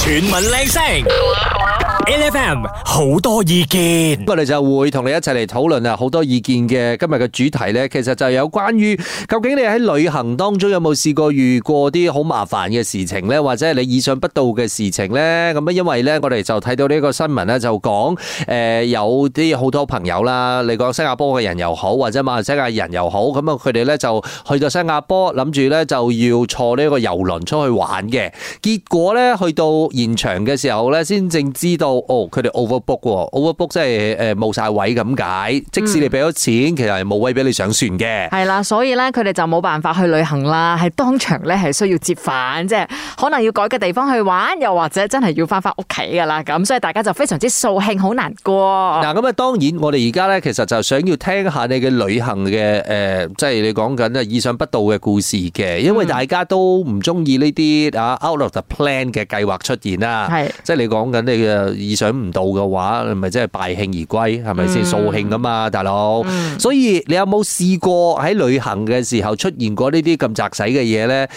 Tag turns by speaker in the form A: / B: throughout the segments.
A: 全民靚聲，LFM 好多意見。
B: 我哋就會同你一齊嚟討論啊，好多意見嘅今日嘅主題呢，其實就有關於究竟你喺旅行當中有冇試過遇過啲好麻煩嘅事情呢？或者係你意想不到嘅事情呢？咁啊，因為呢，我哋就睇到呢個新聞呢，就講誒、呃有啲好多朋友啦，你講新加坡嘅人又好，或者馬來西亞人又好，咁啊佢哋呢就去到新加坡，諗住呢就要坐呢個遊輪出去玩嘅。結果咧去到現場嘅時候咧，先正知道哦，佢哋 overbook 喎，overbook 即係誒冇晒位咁解。即使你俾咗錢，其實係冇位俾你上船嘅。
C: 係啦，所以咧佢哋就冇辦法去旅行啦，係當場咧係需要折返，即係可能要改嘅地方去玩，又或者真係要翻返屋企噶啦咁，所以大家就非常之掃興，好難過。
B: 嗱咁啊，當然我哋而家咧，其實就想要聽下你嘅旅行嘅誒、呃即係你講緊啊意想不到嘅故事嘅，因為大家都唔中意呢啲啊 out of the plan 嘅計劃出現啦。
C: 係
B: 即係你講緊你嘅意想唔到嘅話，你咪即係敗興而歸，係咪先
C: 嗯
B: 掃興噶嘛，大佬？所以你有冇試過喺旅行嘅時候出現過呢啲咁擲使嘅嘢咧？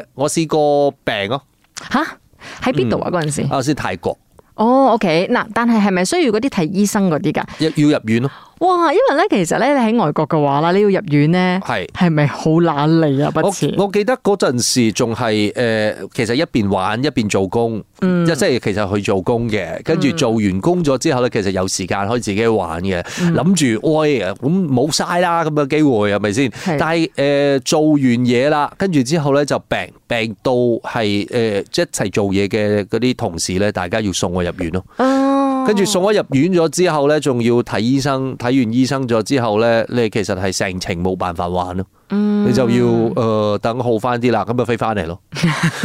B: 誒、我試過病咯，
C: 吓，喺邊度啊？嗰陣時
B: 啊先泰國
C: 哦，OK 嗱，但係係咪需要嗰啲睇醫生嗰啲㗎？
B: 要要入院咯，
C: 哇，因為咧其實咧你喺外國嘅話啦，你要入院咧
B: 係。
C: 係咪好懶理啊？不
B: 我
C: 似
B: 我記得嗰陣時仲係誒，其實一邊玩一邊做工，即係其實去做工嘅。跟住做完工咗之後咧，其實有時間可以自己玩嘅，諗住喂咁冇嘥啦咁嘅機會係咪先？但係誒、呃做完嘢啦，跟住之後咧就病病到係誒、呃一齊做嘢嘅嗰啲同事咧，大家要送我入院咯。
C: 哦
B: 跟住送咗入院咗之後咧，仲要睇醫生，睇完醫生咗之後咧，你其實係成程冇辦法玩咯。
C: 嗯
B: 你就要誒、呃等好翻啲啦，咁就飛翻嚟咯。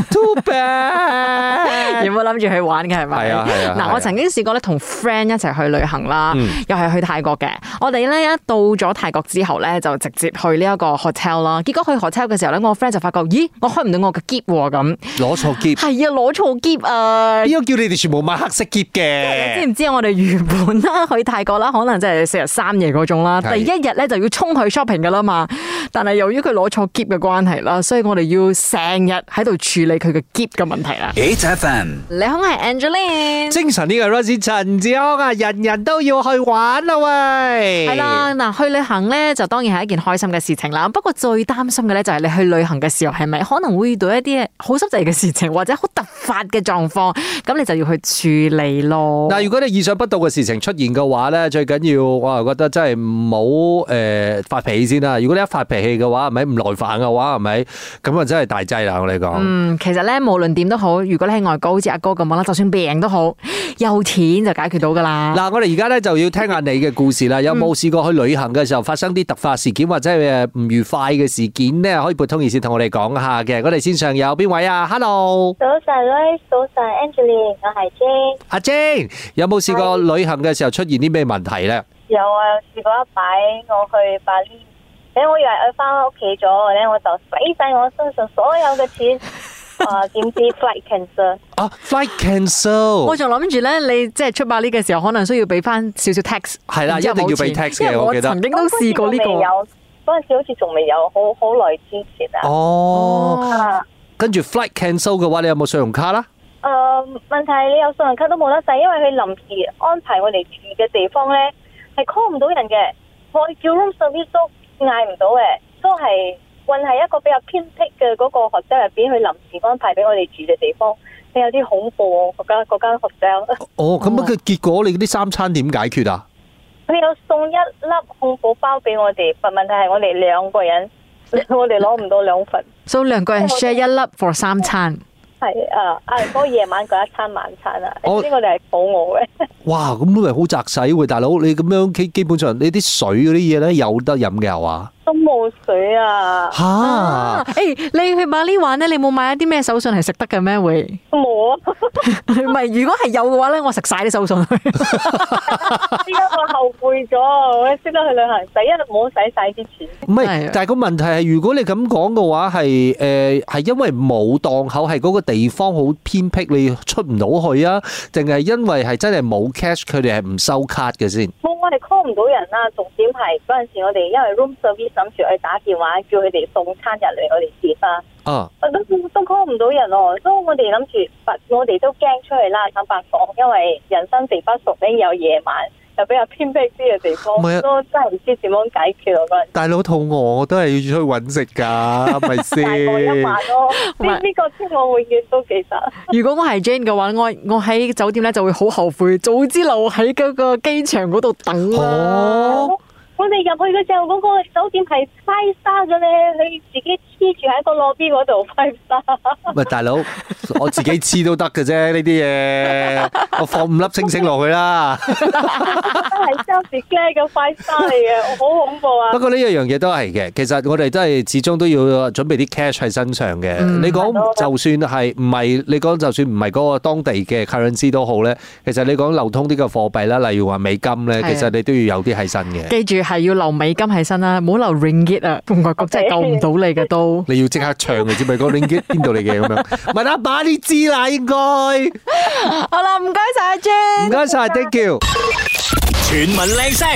B: Too bad！
C: 有冇諗住去玩嘅係咪？
B: 係啊係啊係啊
C: 嗱，我曾經試過咧同 friend 一齊去旅行啦，
B: 嗯
C: 又係去泰國嘅。我哋咧一到咗泰國之後咧，就直接去呢一個 hotel 啦。結果去 hotel 嘅時候咧，我 friend 就發覺，咦，我開唔到我嘅篋喎咁。
B: 攞錯篋，
C: 係啊，攞錯篋啊！
B: 邊個哎叫你哋全部買黑色篋
C: 你知
B: 嘅？
C: 哎唔知我哋原本啦去泰國啦，可能真係四日三夜嗰種啦，
B: 係
C: 第一日咧就要衝去 shopping 噶啦嘛。但係由於佢攞錯篋嘅關係啦，所以我哋要成日喺度處理佢嘅篋嘅問題啦。
A: HFM
C: 你好，我係 Angeline。
B: 精神呢個 Rosie 陳志康啊，人人都要去玩啦喂！
C: 系啦，嗱，去旅行咧就當然係一件開心嘅事情啦。不過最擔心嘅咧就係你去旅行嘅時候係咪可能會遇到一啲好濕滯嘅事情，或者好突發嘅狀況，咁你就要去處理咯。
B: 嗱，如果你意想不到嘅事情出現嘅話咧，最緊要我係覺得真係唔好誒發脾氣先啦。如果你一發脾氣嘅話，係咪唔耐煩嘅話，係咪咁啊真係大劑啦！我哋講。
C: 嗯，其實咧無論點都好，如果你喺外國好似阿哥咁樣啦，就算病都好，有錢就解決到噶啦。
B: 嗱，我哋而家咧就要聽下你嘅故事啦。有冇試過去旅行嘅時候發生啲突發事件或者係唔愉快嘅事件呢？可以撥通熱線同我哋講下嘅。我哋線上有邊位啊？Hello，
D: 早晨，Royce，早晨，Angeline，我係 Jane。
B: 阿 Jane，有冇試過旅行嘅時候出現啲咩問題呢？
D: 有啊，試過一擺我去巴黎，誒，我以為我翻屋企咗咧，我就使晒我身上所有嘅 錢，啊，點知 flight cancel，
B: 啊，flight
C: 我
B: cancel，
C: 仲諗住咧，你即係出馬呢嘅時候，可能需要俾翻少少 tax，
B: 係啦
C: 然之後
B: 一定要
C: 冇錢
B: 俾 tax 嘅
C: 因為
B: 我
C: 我
B: 記得
C: 曾經都試過呢、個。
D: 有嗰陣時好似仲未有，好好耐之前啊。
B: 哦，
D: 啊，
B: 跟住 flight cancel 嘅話，你有冇信用卡啦？
D: 誒，呃問題你有信用卡都冇得使，因為佢臨時安排我哋住嘅地方咧係 call 唔到人嘅，我叫 room service 都嗌唔到嘅，都係混喺一個比較偏僻嘅嗰個 hotel 入邊，佢臨時安排俾我哋住嘅地方，你有啲恐怖喎嗰間嗰間 hotel，
B: 哦，咁嘅結果你啲三餐點解決啊？
D: 佢有送一粒漢堡包俾我哋，但問題係我哋兩個人， 我哋攞唔到兩份，
C: 所以兩個人 share 一粒 for 三餐。
D: 係啊啊嗰個夜晚嗰一餐晚餐啊，
B: 我
D: 呢個我哋係肚餓嘅。
B: 哇，咁咪好窄使喎，大佬！你咁樣基基本上你啲水嗰啲嘢咧有得飲嘅係嘛？
D: 都冇水啊！
B: 嚇！
C: 啊！誒，你去馬呢玩咧，你冇買一啲咩手信係食得嘅咩？會
D: 冇啊！
C: 唔係？如果係有嘅話咧，我食晒啲手信 去。
D: 依家我後悔咗，我識得去旅行，第一冇使晒啲錢。
B: 唔係
C: 係，
B: 但係個問題係，如果你咁講嘅話，係誒係因為冇檔口，係嗰個地方好偏僻，你出唔到去啊？定係因為係真係冇 cash，佢哋係唔收卡嘅先？
D: 冇我哋 call 唔到人啦，重點係嗰陣時我哋因為 room service 諗住去打電話叫佢哋送餐入嚟我哋接啦，
B: 啊，
D: 我都都 call 唔到人喎，所以我哋諗住，我哋都驚出去啦，坦白講，因為人生地不熟咧，有夜晚又比較偏僻啲嘅地
B: 唔係啊
D: 方，都真係唔知點樣解決咯嗰陣時。
B: 大佬肚餓，我都係要出去揾食㗎，係咪
D: 大過一
B: 先？
D: 萬咯，
C: 唔係
D: 呢呢個先我會遠都記得。
C: 如果我係 Jane 嘅話，我我喺酒店咧就會好後悔，早知留喺嗰個機場嗰度等啦。
B: 哦，
D: 我哋入去嘅時候，嗰、個酒店係 five star 嘅咧，佢自己黐住喺個 lobby 嗰度 five star。
B: 喂，大佬，我自己黐都得嘅啫，呢 啲嘢，我放五粒星星落去啦。
D: 都係 self d e 嘅快沙嚟嘅，好恐怖啊
B: 不！過呢一樣嘢都係嘅，其實我哋都係始終都要準備啲 cash 喺身上嘅。
C: 嗯
B: 你講就算係唔係，你講就算唔係嗰個當地嘅 currency 都好咧，其實你講流通啲嘅貨幣啦，例如話美金咧，
C: 係啊
B: 其實你都要有啲喺身嘅。
C: 記住係要留美金喺身啦，唔好留 ringgit 啊！外國真係救唔到你 嘅都。
B: 你要即刻唱嘅，知唔知？嗰 link 邊度嚟嘅咁樣？問阿爸啲知啦，應該唔
C: 好啦，唔該晒阿 Jane。
B: 該晒 thank you。
A: 全民靚聲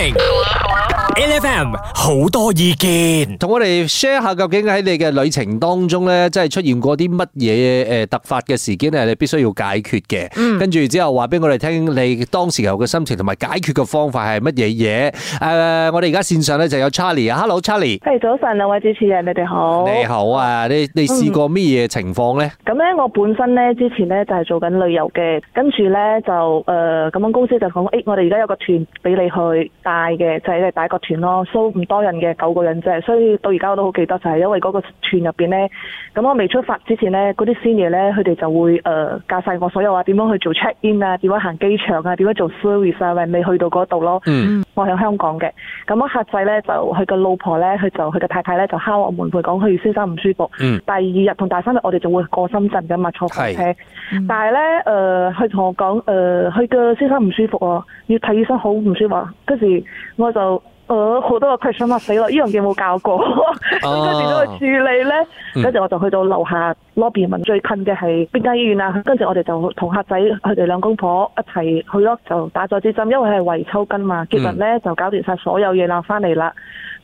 A: ，L F M 好多意見，
B: 同我哋 share 下，究竟喺你嘅旅程當中咧，即係出現過啲乜嘢誒突發嘅事件係你必須要解決嘅。跟住之後話俾我哋聽，你當時候嘅心情同埋解決嘅方法係乜嘢嘢？誒、我哋而家線上咧就有 Charlie 啊，Hello Charlie，
E: 係早晨，兩位主持人，你哋好。
B: 你好啊，你你試過咩嘢情況咧？
E: 咁咧，我本身咧之前咧就係、做緊旅遊嘅，跟住咧就呃誒咁、樣公司就講，誒、我哋而家有個團俾你去帶嘅，就係、你帶個團咯，so 唔多人嘅，九個人啫，所以到而家我都好記得，就係、因為嗰個團入邊咧，咁我未出發之前咧，嗰啲 senior 咧，佢哋就會誒、呃教晒我所有啊點樣去做 check in 啊，點樣行機場啊，點樣做 service 啊，咪未去到嗰度咯。
B: 嗯
E: 我喺香港嘅，咁我客仔咧就佢個老婆咧，佢就佢嘅太太咧就敲我門，佢講佢先生唔舒服。
B: 嗯
E: 第二日同第三日我哋就會過深圳噶嘛，坐火車
B: 係。
E: 但係咧誒，佢同我講誒，呃佢嘅先生唔舒服喎，要睇醫生，好唔舒服啊。跟住我就。誒好、多個 question 啊，死咯！呢樣嘢冇教過，
B: 哦
E: 咁跟住都去處理咧。
B: 嗯
E: 跟住我就去到樓下 lobby 問最近嘅係邊間醫院啊。跟住我哋就同客仔佢哋兩公婆一齊去咯，就打咗支針，因為係圍抽筋
B: 嗯
E: 嘛。結論咧就搞掂晒所有嘢啦，翻嚟啦。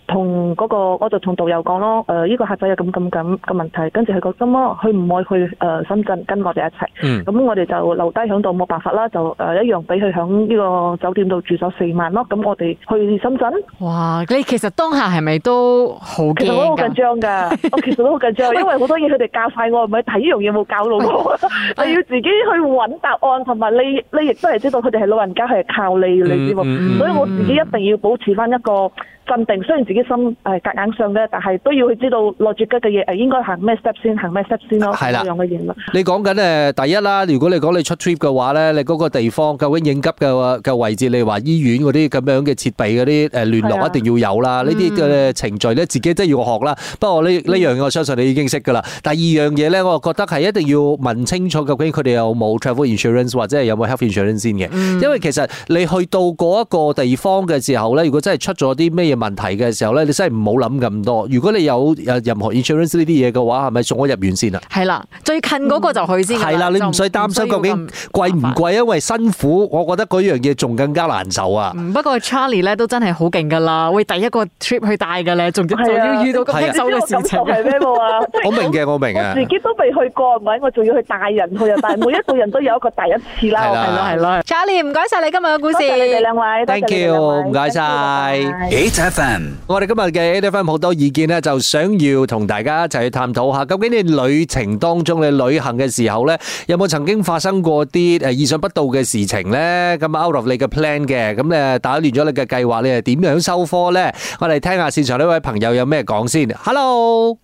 E: 同嗰、個我就同導遊講咯，誒、呃呢、個客仔有咁咁咁嘅問題，跟住佢講咁咯，佢唔愛去誒、呃深圳跟我哋一齊，
B: 嗯
E: 咁、我哋就留低響度冇辦法啦，就誒、呃一樣俾佢響呢個酒店度住咗四晚咯，咁我哋去深圳，
C: 哇！你其實當下係咪都好
E: 其實我
C: 驚
E: 都好緊
C: 㗎？
E: 張㗎，我其實都好緊張，因為好多嘢佢哋教晒我，唔係睇呢樣嘢冇教到我，你要自己 去揾答案，同埋你你亦都係知道佢哋係老人家，係靠你，你知冇？
B: 嗯嗯嗯
E: 所以我自己一定要保持翻一個鎮定，雖然自己心誒夾硬上嘅，但係都要去知道落住吉嘅嘢誒呃應該行咩 step 先，行咩 step 先咯，
B: 係啊
E: 咁
B: 啦
E: 樣嘅嘢咯。
B: 你講緊誒第一啦，如果你講你出 trip 嘅話咧，你嗰個地方究竟應急嘅嘅位置，你話醫院嗰啲咁樣嘅設備嗰啲誒聯
E: 係
B: 絡
E: 啊
B: 一定要有啦，呢啲嘅程序咧自己真係要學啦。不過呢呢樣嘢我相信你已經識㗎啦。
E: 嗯
B: 第二樣嘢咧，我覺得係一定要問清楚究竟佢哋有冇 travel insurance 或者係有冇 health insurance 先嘅，
E: 嗯
B: 因為其實你去到嗰一個地方嘅時候咧，如果真係出咗啲咩嘢問題嘅時候咧，你真係唔好諗咁多。如果你有誒任何 insurance 呢啲嘢嘅話，係咪送我入院先啊？
C: 係啦，最近嗰個就去先㗎啦。
B: 係啦，你唔使
C: 就
B: 擔心
C: 要
B: 究竟
C: 咁
B: 貴唔
C: 麻煩
B: 貴，因為辛苦，我覺得嗰樣嘢仲更加難受啊。
C: 嗯不過 Charlie 咧都真係好勁㗎啦，喂，第一個 trip 去帶㗎咧，仲仲
E: 係啊
C: 要遇到咁
B: 係啊
C: 棘手
E: 你
C: 嘅
E: 知我感
C: 事情
E: 受。係咩冇啊？
B: 我明嘅，我明啊。
E: 自己都未去過，唔係我仲要去帶人去啊！但係每一個人都有一個第一次啦，啊
B: 係啦
E: 係咯係咯。
C: Charlie，唔該晒你今日嘅故
E: 多謝你哋
C: 事。
E: 兩位多謝
B: Thank
E: 你哋兩
B: you，
E: 位
B: 唔該晒
E: Thank you，拜拜
A: H F M
B: 我哋今日嘅 A F M 好多意見咧，就想要同大家一齊去探討下，究竟你旅程當中你旅行嘅時候咧，有冇曾經發生過啲呃誒意想不到嘅事情咧？咁 out of 你嘅 plan 嘅，咁咧打亂咗你嘅計劃，你係點樣收科咧？我哋聽下線上呢位朋友有咩講先。Hello，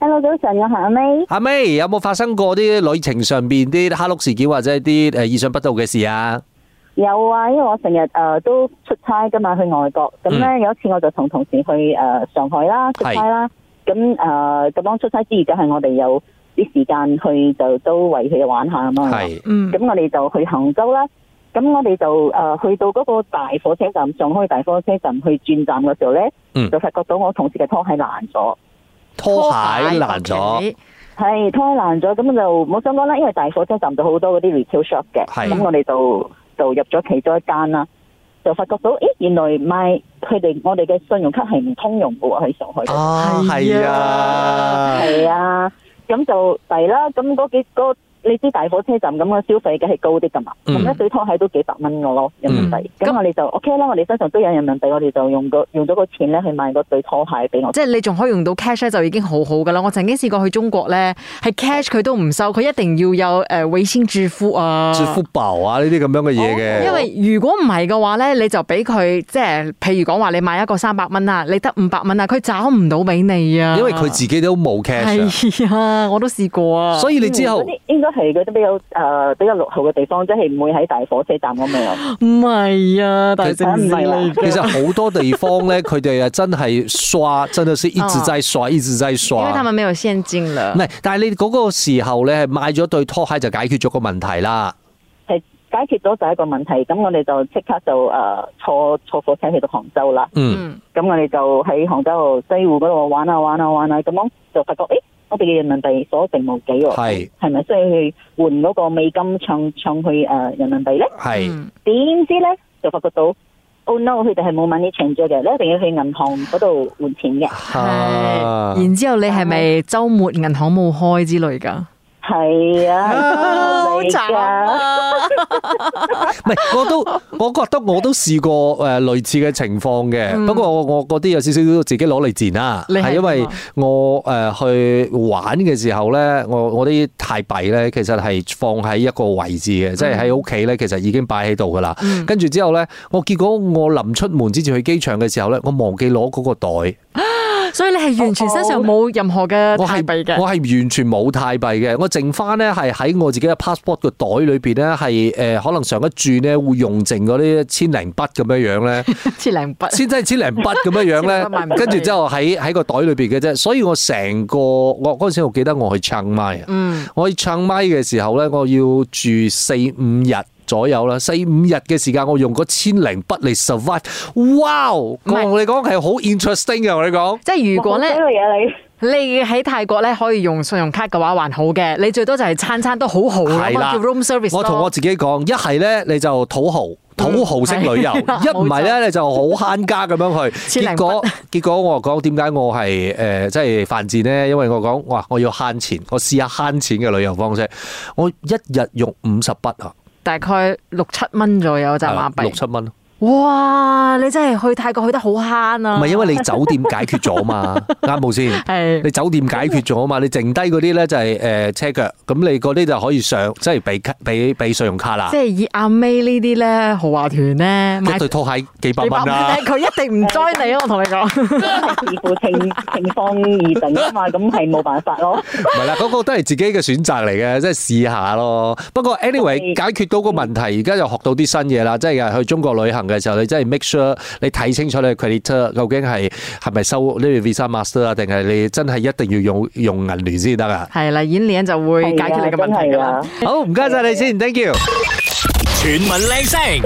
D: Hello，早晨，我係阿 May。
B: 阿 May 有冇發生過啲旅程上邊啲蝦碌事件或者啲誒意想不到嘅事啊？
D: 有啊，因為我成日誒都出差噶嘛，去外國。咁咧、
B: 嗯
D: 有一次我就同同事去誒、呃上海啦，出差啦。咁誒咁樣出差之餘，梗係我哋有啲時間去就都為佢哋玩下咁樣。
B: 係，
C: 嗯，
D: 咁我哋就去杭州啦。咁我哋就誒、呃去到嗰個大火車站，上海大火車站去轉站嘅時候咧，
B: 嗯
D: 就發覺到我同事嘅拖鞋爛咗。
B: 拖鞋爛咗，
C: OK。
D: 係拖爛咗，咁就冇想講啦，因為大火車站就好多嗰啲 retail shop 嘅，
B: 係
D: 咁我哋就就入咗其中一間啦。
F: 就發覺到，咦，原來賣佢哋我哋嘅信用卡係唔通用嘅喎，喺上海。
B: 啊，係啊，
F: 係啊，咁就弊啦。咁嗰幾嗰你知大火車站咁嘅消費嘅係高啲噶嘛？
B: 嗯
F: 咁一對拖鞋都幾百蚊嘅咯，人民幣。
C: 嗯
F: 咁我哋就 OK 啦，我哋身上都有人民幣，我哋就用個用咗個錢咧去買嗰對拖鞋俾我。
C: 即係你仲可以用到 cash 咧，就已經好好噶啦。我曾經試過去中國咧，係 cash 佢都唔收，佢一定要有呃诶微信支付啊。哦
B: 接福爆啊，呢啲咁樣嘅嘢嘅。
C: 因為如果唔係嘅話咧，你就俾佢即係譬如講話你買一個三百蚊啊，你得五百蚊啊，佢找唔到俾你啊。
B: 因為佢自己都冇 cash
C: 係啊，我都試過啊。
B: 啊，所以你之後
F: 嗰啲應該係嗰啲比較誒、呃比較落後嘅地方，即係唔會喺大火車站咁樣。
C: 唔係啊，大城市
F: 唔係啦
C: 嚟
B: 其
C: 嘅。
B: 實好多地方咧，佢哋啊真係刷，真係是一直在刷，一直在
C: 因為
B: 刷
C: 他。們沒有現金了
B: 唔。係，但係你嗰個時候咧，係買咗對拖鞋就解決咗個問題啦。
F: 係解決咗第一個問題，咁我哋就即刻就誒、呃坐坐火車去到杭州啦。
B: 嗯，
C: 嗯，
F: 咁我哋就喺杭州西湖嗰度玩啊玩啊玩啊，咁樣就發覺，誒、我哋嘅人民幣所剩無幾喎，
B: 係
F: 係咪需要去換嗰個美金唱唱去誒、呃人民幣咧？
B: 係。
C: 嗯
F: 點知咧就發覺到，oh no，佢哋係冇 money change 嘅，你一定要去銀行嗰度換錢嘅。
B: 啊
C: 係。然之後你係咪週末銀行冇開之類㗎？
F: 係 啊，
C: 好慘 啊！
B: 唔係，我 都我覺得我都試過誒類似嘅情況嘅，不過我我嗰啲有少少自己攞嚟賤啦，
C: 嗯你係啊
B: 係因為我誒、呃去玩嘅時候咧，我我啲泰幣咧其實係放喺一個位置嘅，
C: 嗯
B: 即係喺屋企咧其實已經擺喺度噶啦。跟住之後咧，我結果我臨出門之前去機場嘅時候咧，我忘記攞嗰個袋。
C: 所以你係完全身上冇任何嘅
B: 我
C: 泰
B: 係
C: 幣嘅。
B: 我係完全冇泰幣嘅，我剩翻咧係喺我自己嘅 passport 個袋裏邊咧係誒，可能上一轉咧會用剩嗰啲千零筆咁樣樣 咧，
C: 千零筆，
B: 千真係千零筆咁樣樣
C: 千零筆買唔
B: 咧，
C: 起
B: 跟住之後喺喺個袋裏邊嘅啫，所以我成個我嗰陣時我記得我去唱麥啊，
C: 嗯，
B: 我去唱麥嘅時候咧，我要住四五日。左右啦，四五日嘅時間，我用嗰千零筆嚟 survive。哇！我
C: 係
B: 同你講係好 interesting 嘅，我同你講。
C: 即係如果
F: 呢
C: 咧，
F: 個嘢你。
C: 你喺泰國咧可以用信用卡嘅話還好嘅，你最多就係餐餐都好豪啦，
B: 係啦
C: 叫 room service 咯嗯
B: 我同我自己講，一係咧你就土豪。土豪式旅遊，
C: 係
B: 一唔係咧你就好慳家咁樣去。
C: 千零
B: 結果結果我講點解我係誒、呃即係犯賤咧？因為我講哇，我要慳錢，我試下慳錢嘅旅遊方式。我一日用五十筆啊，
C: 大概六七蚊左右就馬
B: 六
C: 幣。哦
B: 七蚊咯。
C: 哇！你真係去泰國去得好慳啊！
B: 唔係因為你酒店解決咗 嘛，啱冇先？
C: 係
B: 你酒店解決咗嘛？你剩低嗰啲咧就係、誒、呃車腳，咁你嗰啲就可以上即係俾卡俾俾信用卡啦
C: 即。係以阿 May 呢啲咧豪華團咧
B: 一
C: 買
B: 對拖鞋幾百
C: 幾百
B: 蚊
C: 蚊
B: 啦。
C: 咧，佢一定唔 join 你啊！我同你 講，
F: 視乎情情況而定啊嘛，咁係冇辦法咯。
B: 唔係啦，嗰、個都係自己嘅選擇嚟嘅，即係試下咯。不過 anyway
F: 嗯
B: 解決到個問題，而家又學到啲新嘢啦。即係去中國旅行嘅時候，你真係 make sure 你睇清楚你嘅 creditor 究竟係係咪收呢個 Visa Master 啊，定係你真係一定要用用銀聯先得啊？
C: 係啦，演練就會解決你嘅問題㗎
F: 係啊
C: 啦
F: 真係。
B: 好，唔該晒你先，thank you。
A: chuyển mình lên sóng,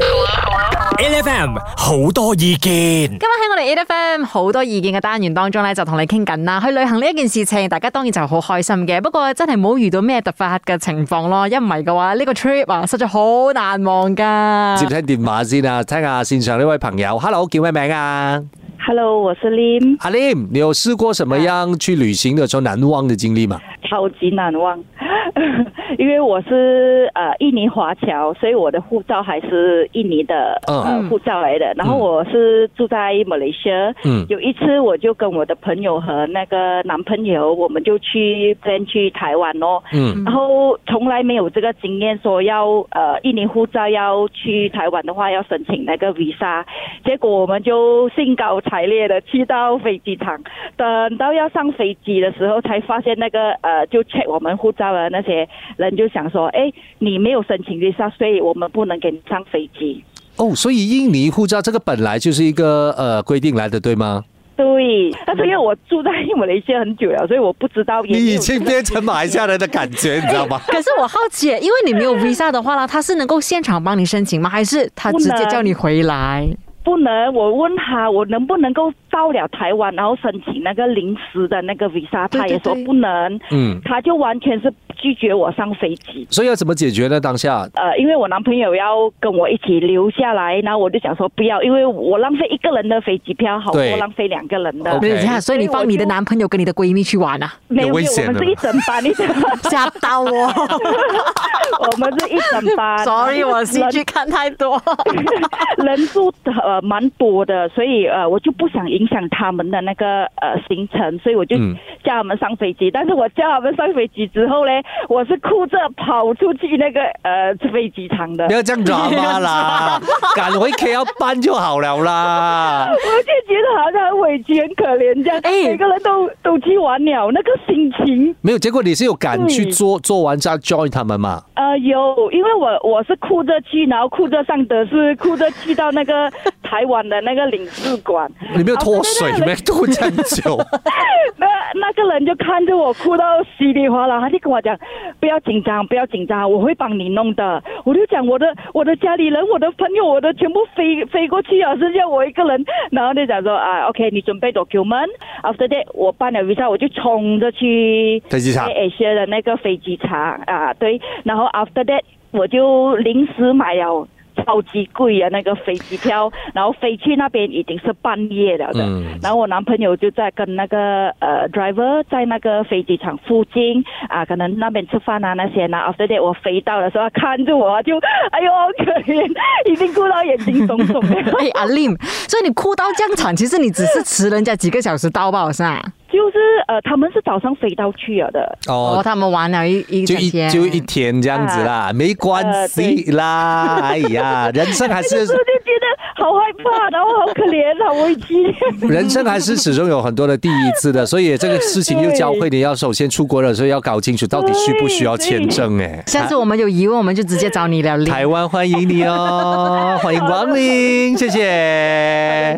A: LFM, nhiều ý kiến.
C: 今日喺我哋 A F M 好多意見嘅單元當中咧，就同你傾緊啦。去旅行呢一件事情，大家當然就好開心嘅。不過真係唔好遇到咩突發嘅情況咯，一唔係嘅話，呢、個 trip 啊，實在好難忘噶。
B: 接聽電話先啊，聽下線上呢位朋友，Hello，叫咩名啊？
G: Hello，我是 Lim，
B: 阿 Lim，你有試過什麼樣去旅行的時候難忘的經歷嗎？
E: 超级难忘， 因为我是呃印尼华侨，所以我的护照还是印尼的、呃
C: 嗯
E: 护照来的。然后
B: 嗯
E: 我是住在马来西亚，
B: 嗯
E: 有一次我就跟我的朋友和那个男朋友，我们就去先去台湾咯。
B: 嗯
E: 然后从来没有这个经验，说要呃印尼护照要去台湾的话要申请那个 visa，结果我们就兴高采烈的去到飞机场，等到要上飞机的时候才发现那个呃就 check 我们护照的那些人就想说，哎，你没有申请 visa，所以我们不能给你上飞机。
B: 哦，所以印尼护照这个本来就是一个呃规定来的，对吗？
E: 对，但是因为我住在 马来西亚很久了，所以我不知道也没有
B: 你已经变成马来西亚人的感觉，你知道吗？
C: 可是我好奇，啊因为你没有 visa 的话啦，他是能够现场帮你申请吗？还是他直接叫你回来？
E: 不能，我问他我能不能够到了台湾，然后申请那个临时的那个 visa，
C: 对
E: 他
C: 对
E: 也说
C: 对
E: 不能，
B: 嗯，
E: 他就完全是拒绝我上飞机。
B: 所以要怎么解决呢？当下
E: 呃，因为我男朋友要跟我一起留下来，然后我就想说不要，因为我浪费一个人的飞机票，好过
B: 对
E: 浪费两个人的。
B: OK
C: 等一下，所以你放你的男朋友跟你的闺蜜去玩啊？
E: 没
B: 有
E: 有，
B: 危
E: 没有，
B: 险
E: 我们
B: 了
E: 是一整班，一整班，
C: 吓到 我
E: 我们是一整班。
C: ，sorry，我
E: 是
C: CG 看太多。
E: 人数呃蛮多的，所以呃我就不想影响他们的那个呃行程，所以我就
B: 嗯
E: 叫他们上飞机。但是我叫他们上飞机之后呢，我是哭着跑出去那个呃飞机场的
B: 不。要这样抓妈 啦，赶回 K L 班就好了啦。
E: 我就觉得好像很委屈、很可怜这样，
C: 哎
E: 每个人都都去玩了，那个心情
B: 没有，结果你是有赶去
E: 对
B: 做，做完再 join 他们嘛？
E: 呃有，因为我我是哭着去，然后哭着上德士，哭着去到那个台湾的那个领事馆，
B: 你没有脱水
E: 啊对对对
B: 咩？拖这样 久，
E: 那那个人就看着我哭到稀里哗啦，他就跟我讲不要紧张，不要紧张，我会帮你弄的。我就讲我的我的家里人、我的朋友、我的全部飞飞过去啊，剩下我一个人。然后就讲说啊，OK，你准备 document，after that 我办了 visa，我就冲着去
B: 飞机场
E: Air Asia 的那个飞机场啊，对，然后 after that 我就临时买了。超级贵的那个飞机票，然后飞去那边已经是半夜了的。
B: 嗯
E: 然后我男朋友就在跟那个呃 driver 在那个飞机场附近啊，可能那边吃饭啊那些呢。After that 我飞到的时候，他看着我就哎呦好可怜，已经哭到眼睛肿肿 了。
C: 哎，阿 Lim，所以你哭到这样惨，其实你只是迟人家几个小时到吧，是啊？
E: 就是呃，他们是早上飞到去了的，
C: 哦，
B: 哦，
C: 他们玩了一一
B: 就
C: 整
B: 一
C: 天，
B: 就一天这样子啦，没关系啦。哎呀，人生还 是
E: 我就觉得好害怕，然后好可怜，啊好委屈。
B: 人生还是始终有很多的第一次的，所以这个事情又教会你要首先出国的时候要搞清楚到底需不需要签证哎。
C: 下次我们有疑问，我们就直 接找你聊。
B: 台湾欢迎你哦， 欢迎光临，谢谢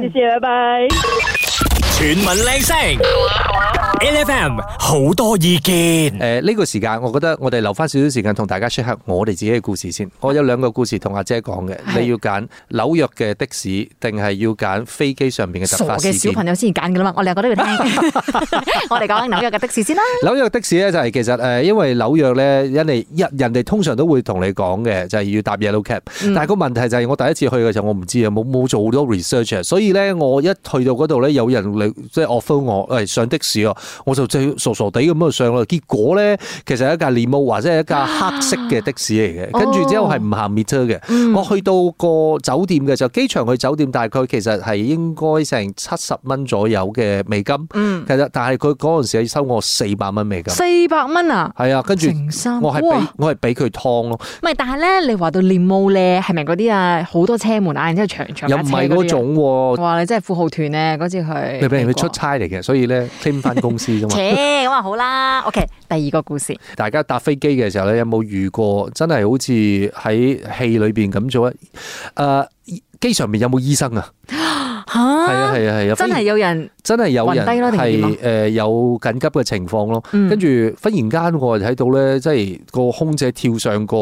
E: 谢。谢，拜拜。
A: chuyển mình lên sóng, LFM, nhiều ý kiến.
B: 誒呢個時間，我覺得我哋留翻少少時間同大家 share 下我哋自己嘅故事先。我有兩個故事同阿姐講嘅，
C: 係
B: 你要揀紐約嘅的士，定係要揀飛機上邊嘅突
C: 傻
B: 發
C: 嘅
B: 事
C: 小
B: 件？
C: 朋友先至揀噶啦嘛，我兩個都 要聽。 我哋講紐約嘅的士先啦。
B: 紐約的士咧就係其實誒，因為紐約咧，人哋一人哋通常都會同你講嘅，就係要搭 yellow cab。但係個問題就係我第一次去嘅時候，我唔知啊，冇冇做好多 research，啊所以咧我一去到嗰度咧，有人嚟即係 offer 我誒上的士啊，我就即係傻傻地咁啊上啦。結果咧其實係一架 limo 或者係一架黑色嘅的士嚟嘅，跟住之後係唔行 meter 嘅。我去到個酒店嘅時候，機場去酒店大概其實係應該成七十蚊左右嘅美金。
C: 嗯，
B: 其實但係佢嗰陣時係收我四百蚊美金，
C: 四百蚊啊，
B: 係啊，跟住
C: 成三
B: 我係俾
C: 哇！
B: 我係俾佢劏咯，
C: 唔係，但係咧，你話到練毛咧，係咪嗰啲啊？好多車門啊，然之後長長
B: 又
C: 架
B: 唔
C: 車
B: 係
C: 嗰
B: 嗰
C: 啲啊。
B: 種喎，
C: 哇！你真係富豪團咧，嗰次去
B: 你俾
C: 美
B: 人
C: 國
B: 佢出差嚟嘅，所以咧 claim 翻公司 啫嘛。
C: 切咁啊好啦，OK，第二個故事，
B: 大家搭飛機嘅時候咧，有冇遇過真係好似喺戲裏邊咁做啊？誒、機上面有冇醫生啊？係
C: 吓，
B: 啊係啊係啊，
C: 真係有人
B: 真係有人
C: 暈低咯定係點啊
B: 係誒有緊急嘅情況咯，
C: 嗯
B: 跟住忽然間我就睇到咧，即係個空姐跳上個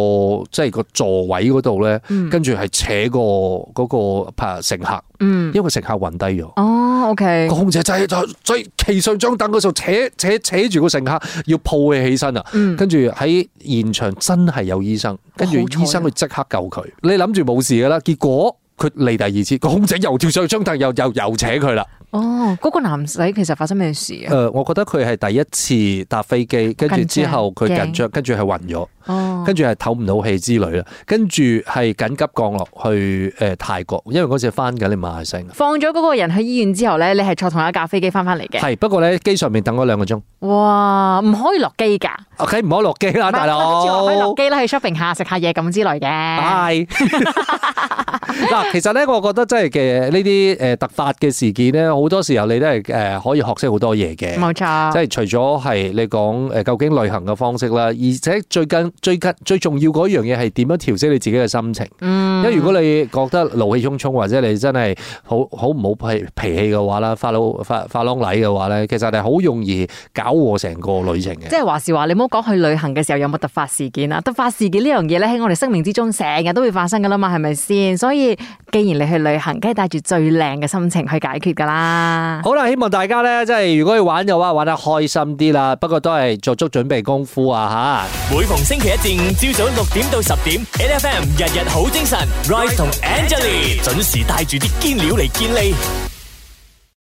B: 即係個座位嗰度咧
C: 嗯，
B: 跟住係扯個嗰個啊乘客，
C: 嗯，
B: 因為乘客暈低咗。
C: 哦，OK，
B: 個空姐就係就就騎上張凳嗰度扯扯扯住個乘客，要抱佢起身啊！
C: 嗯，
B: 跟住喺現場真係有醫生，跟住
C: 好彩啊
B: 醫生去即刻救佢。你諗住冇事噶啦，結果佢嚟第二次，個空姐又跳上張凳，又又又扯佢啦。
C: 哦，嗰個男仔其實發生咩事
B: 誒、
C: 啊？
B: 我覺得佢係第一次搭飛機，跟住之後佢緊
C: 緊
B: 張，
C: 張
B: 跟住係暈咗，
C: 哦，
B: 跟住係唞唔到氣之類啦，跟住係緊急降落去誒、呃泰國，因為嗰時翻緊你馬來西亞。
C: 放咗嗰個人去醫院之後咧，你係坐同一架飛機翻翻嚟嘅，
B: 係，不過咧機上面等咗兩個鐘，
C: 哇，唔可以落機㗎，
B: 啊梗唔好落機啦，大
C: 唔係我諗住話可以
B: 佬
C: 落。機啦，去 shopping 下，食下嘢咁之類嘅，
B: 拜。 嗱，其實咧，我覺得真係嘅呢啲誒突發嘅事件咧，好多時候你都係誒可以學識好多嘢嘅。
C: 冇錯
B: 即。係除咗係你講誒究竟旅行嘅方式啦，而且最近最近最重要嗰樣嘢係點樣調整你自己嘅心情。
C: 嗯
B: 因為如果你覺得怒氣沖沖，或者你真係好好唔好脾脾氣嘅話啦，發老發發啷禮嘅話咧，其實係好容易搞禍成個旅程
C: 即
B: 嘅。
C: 係話時話，你唔好講去旅行嘅時候有冇突發事件啊！突發事件呢樣嘢咧，喺我哋生命之中成日都會發生噶啦嘛，係咪先？所以既然你去旅行，梗係帶住最靚嘅心情去解決噶啦。啦。
B: 好啦，希望大家咧，即係如果要玩嘅話，玩得開心啲啦。不過都係做足準備功夫啊吓。
A: 每逢星期一至五朝早六點到十點，N F M 日日好精神，Rise 同 Angelie 準時帶住啲堅料嚟健利。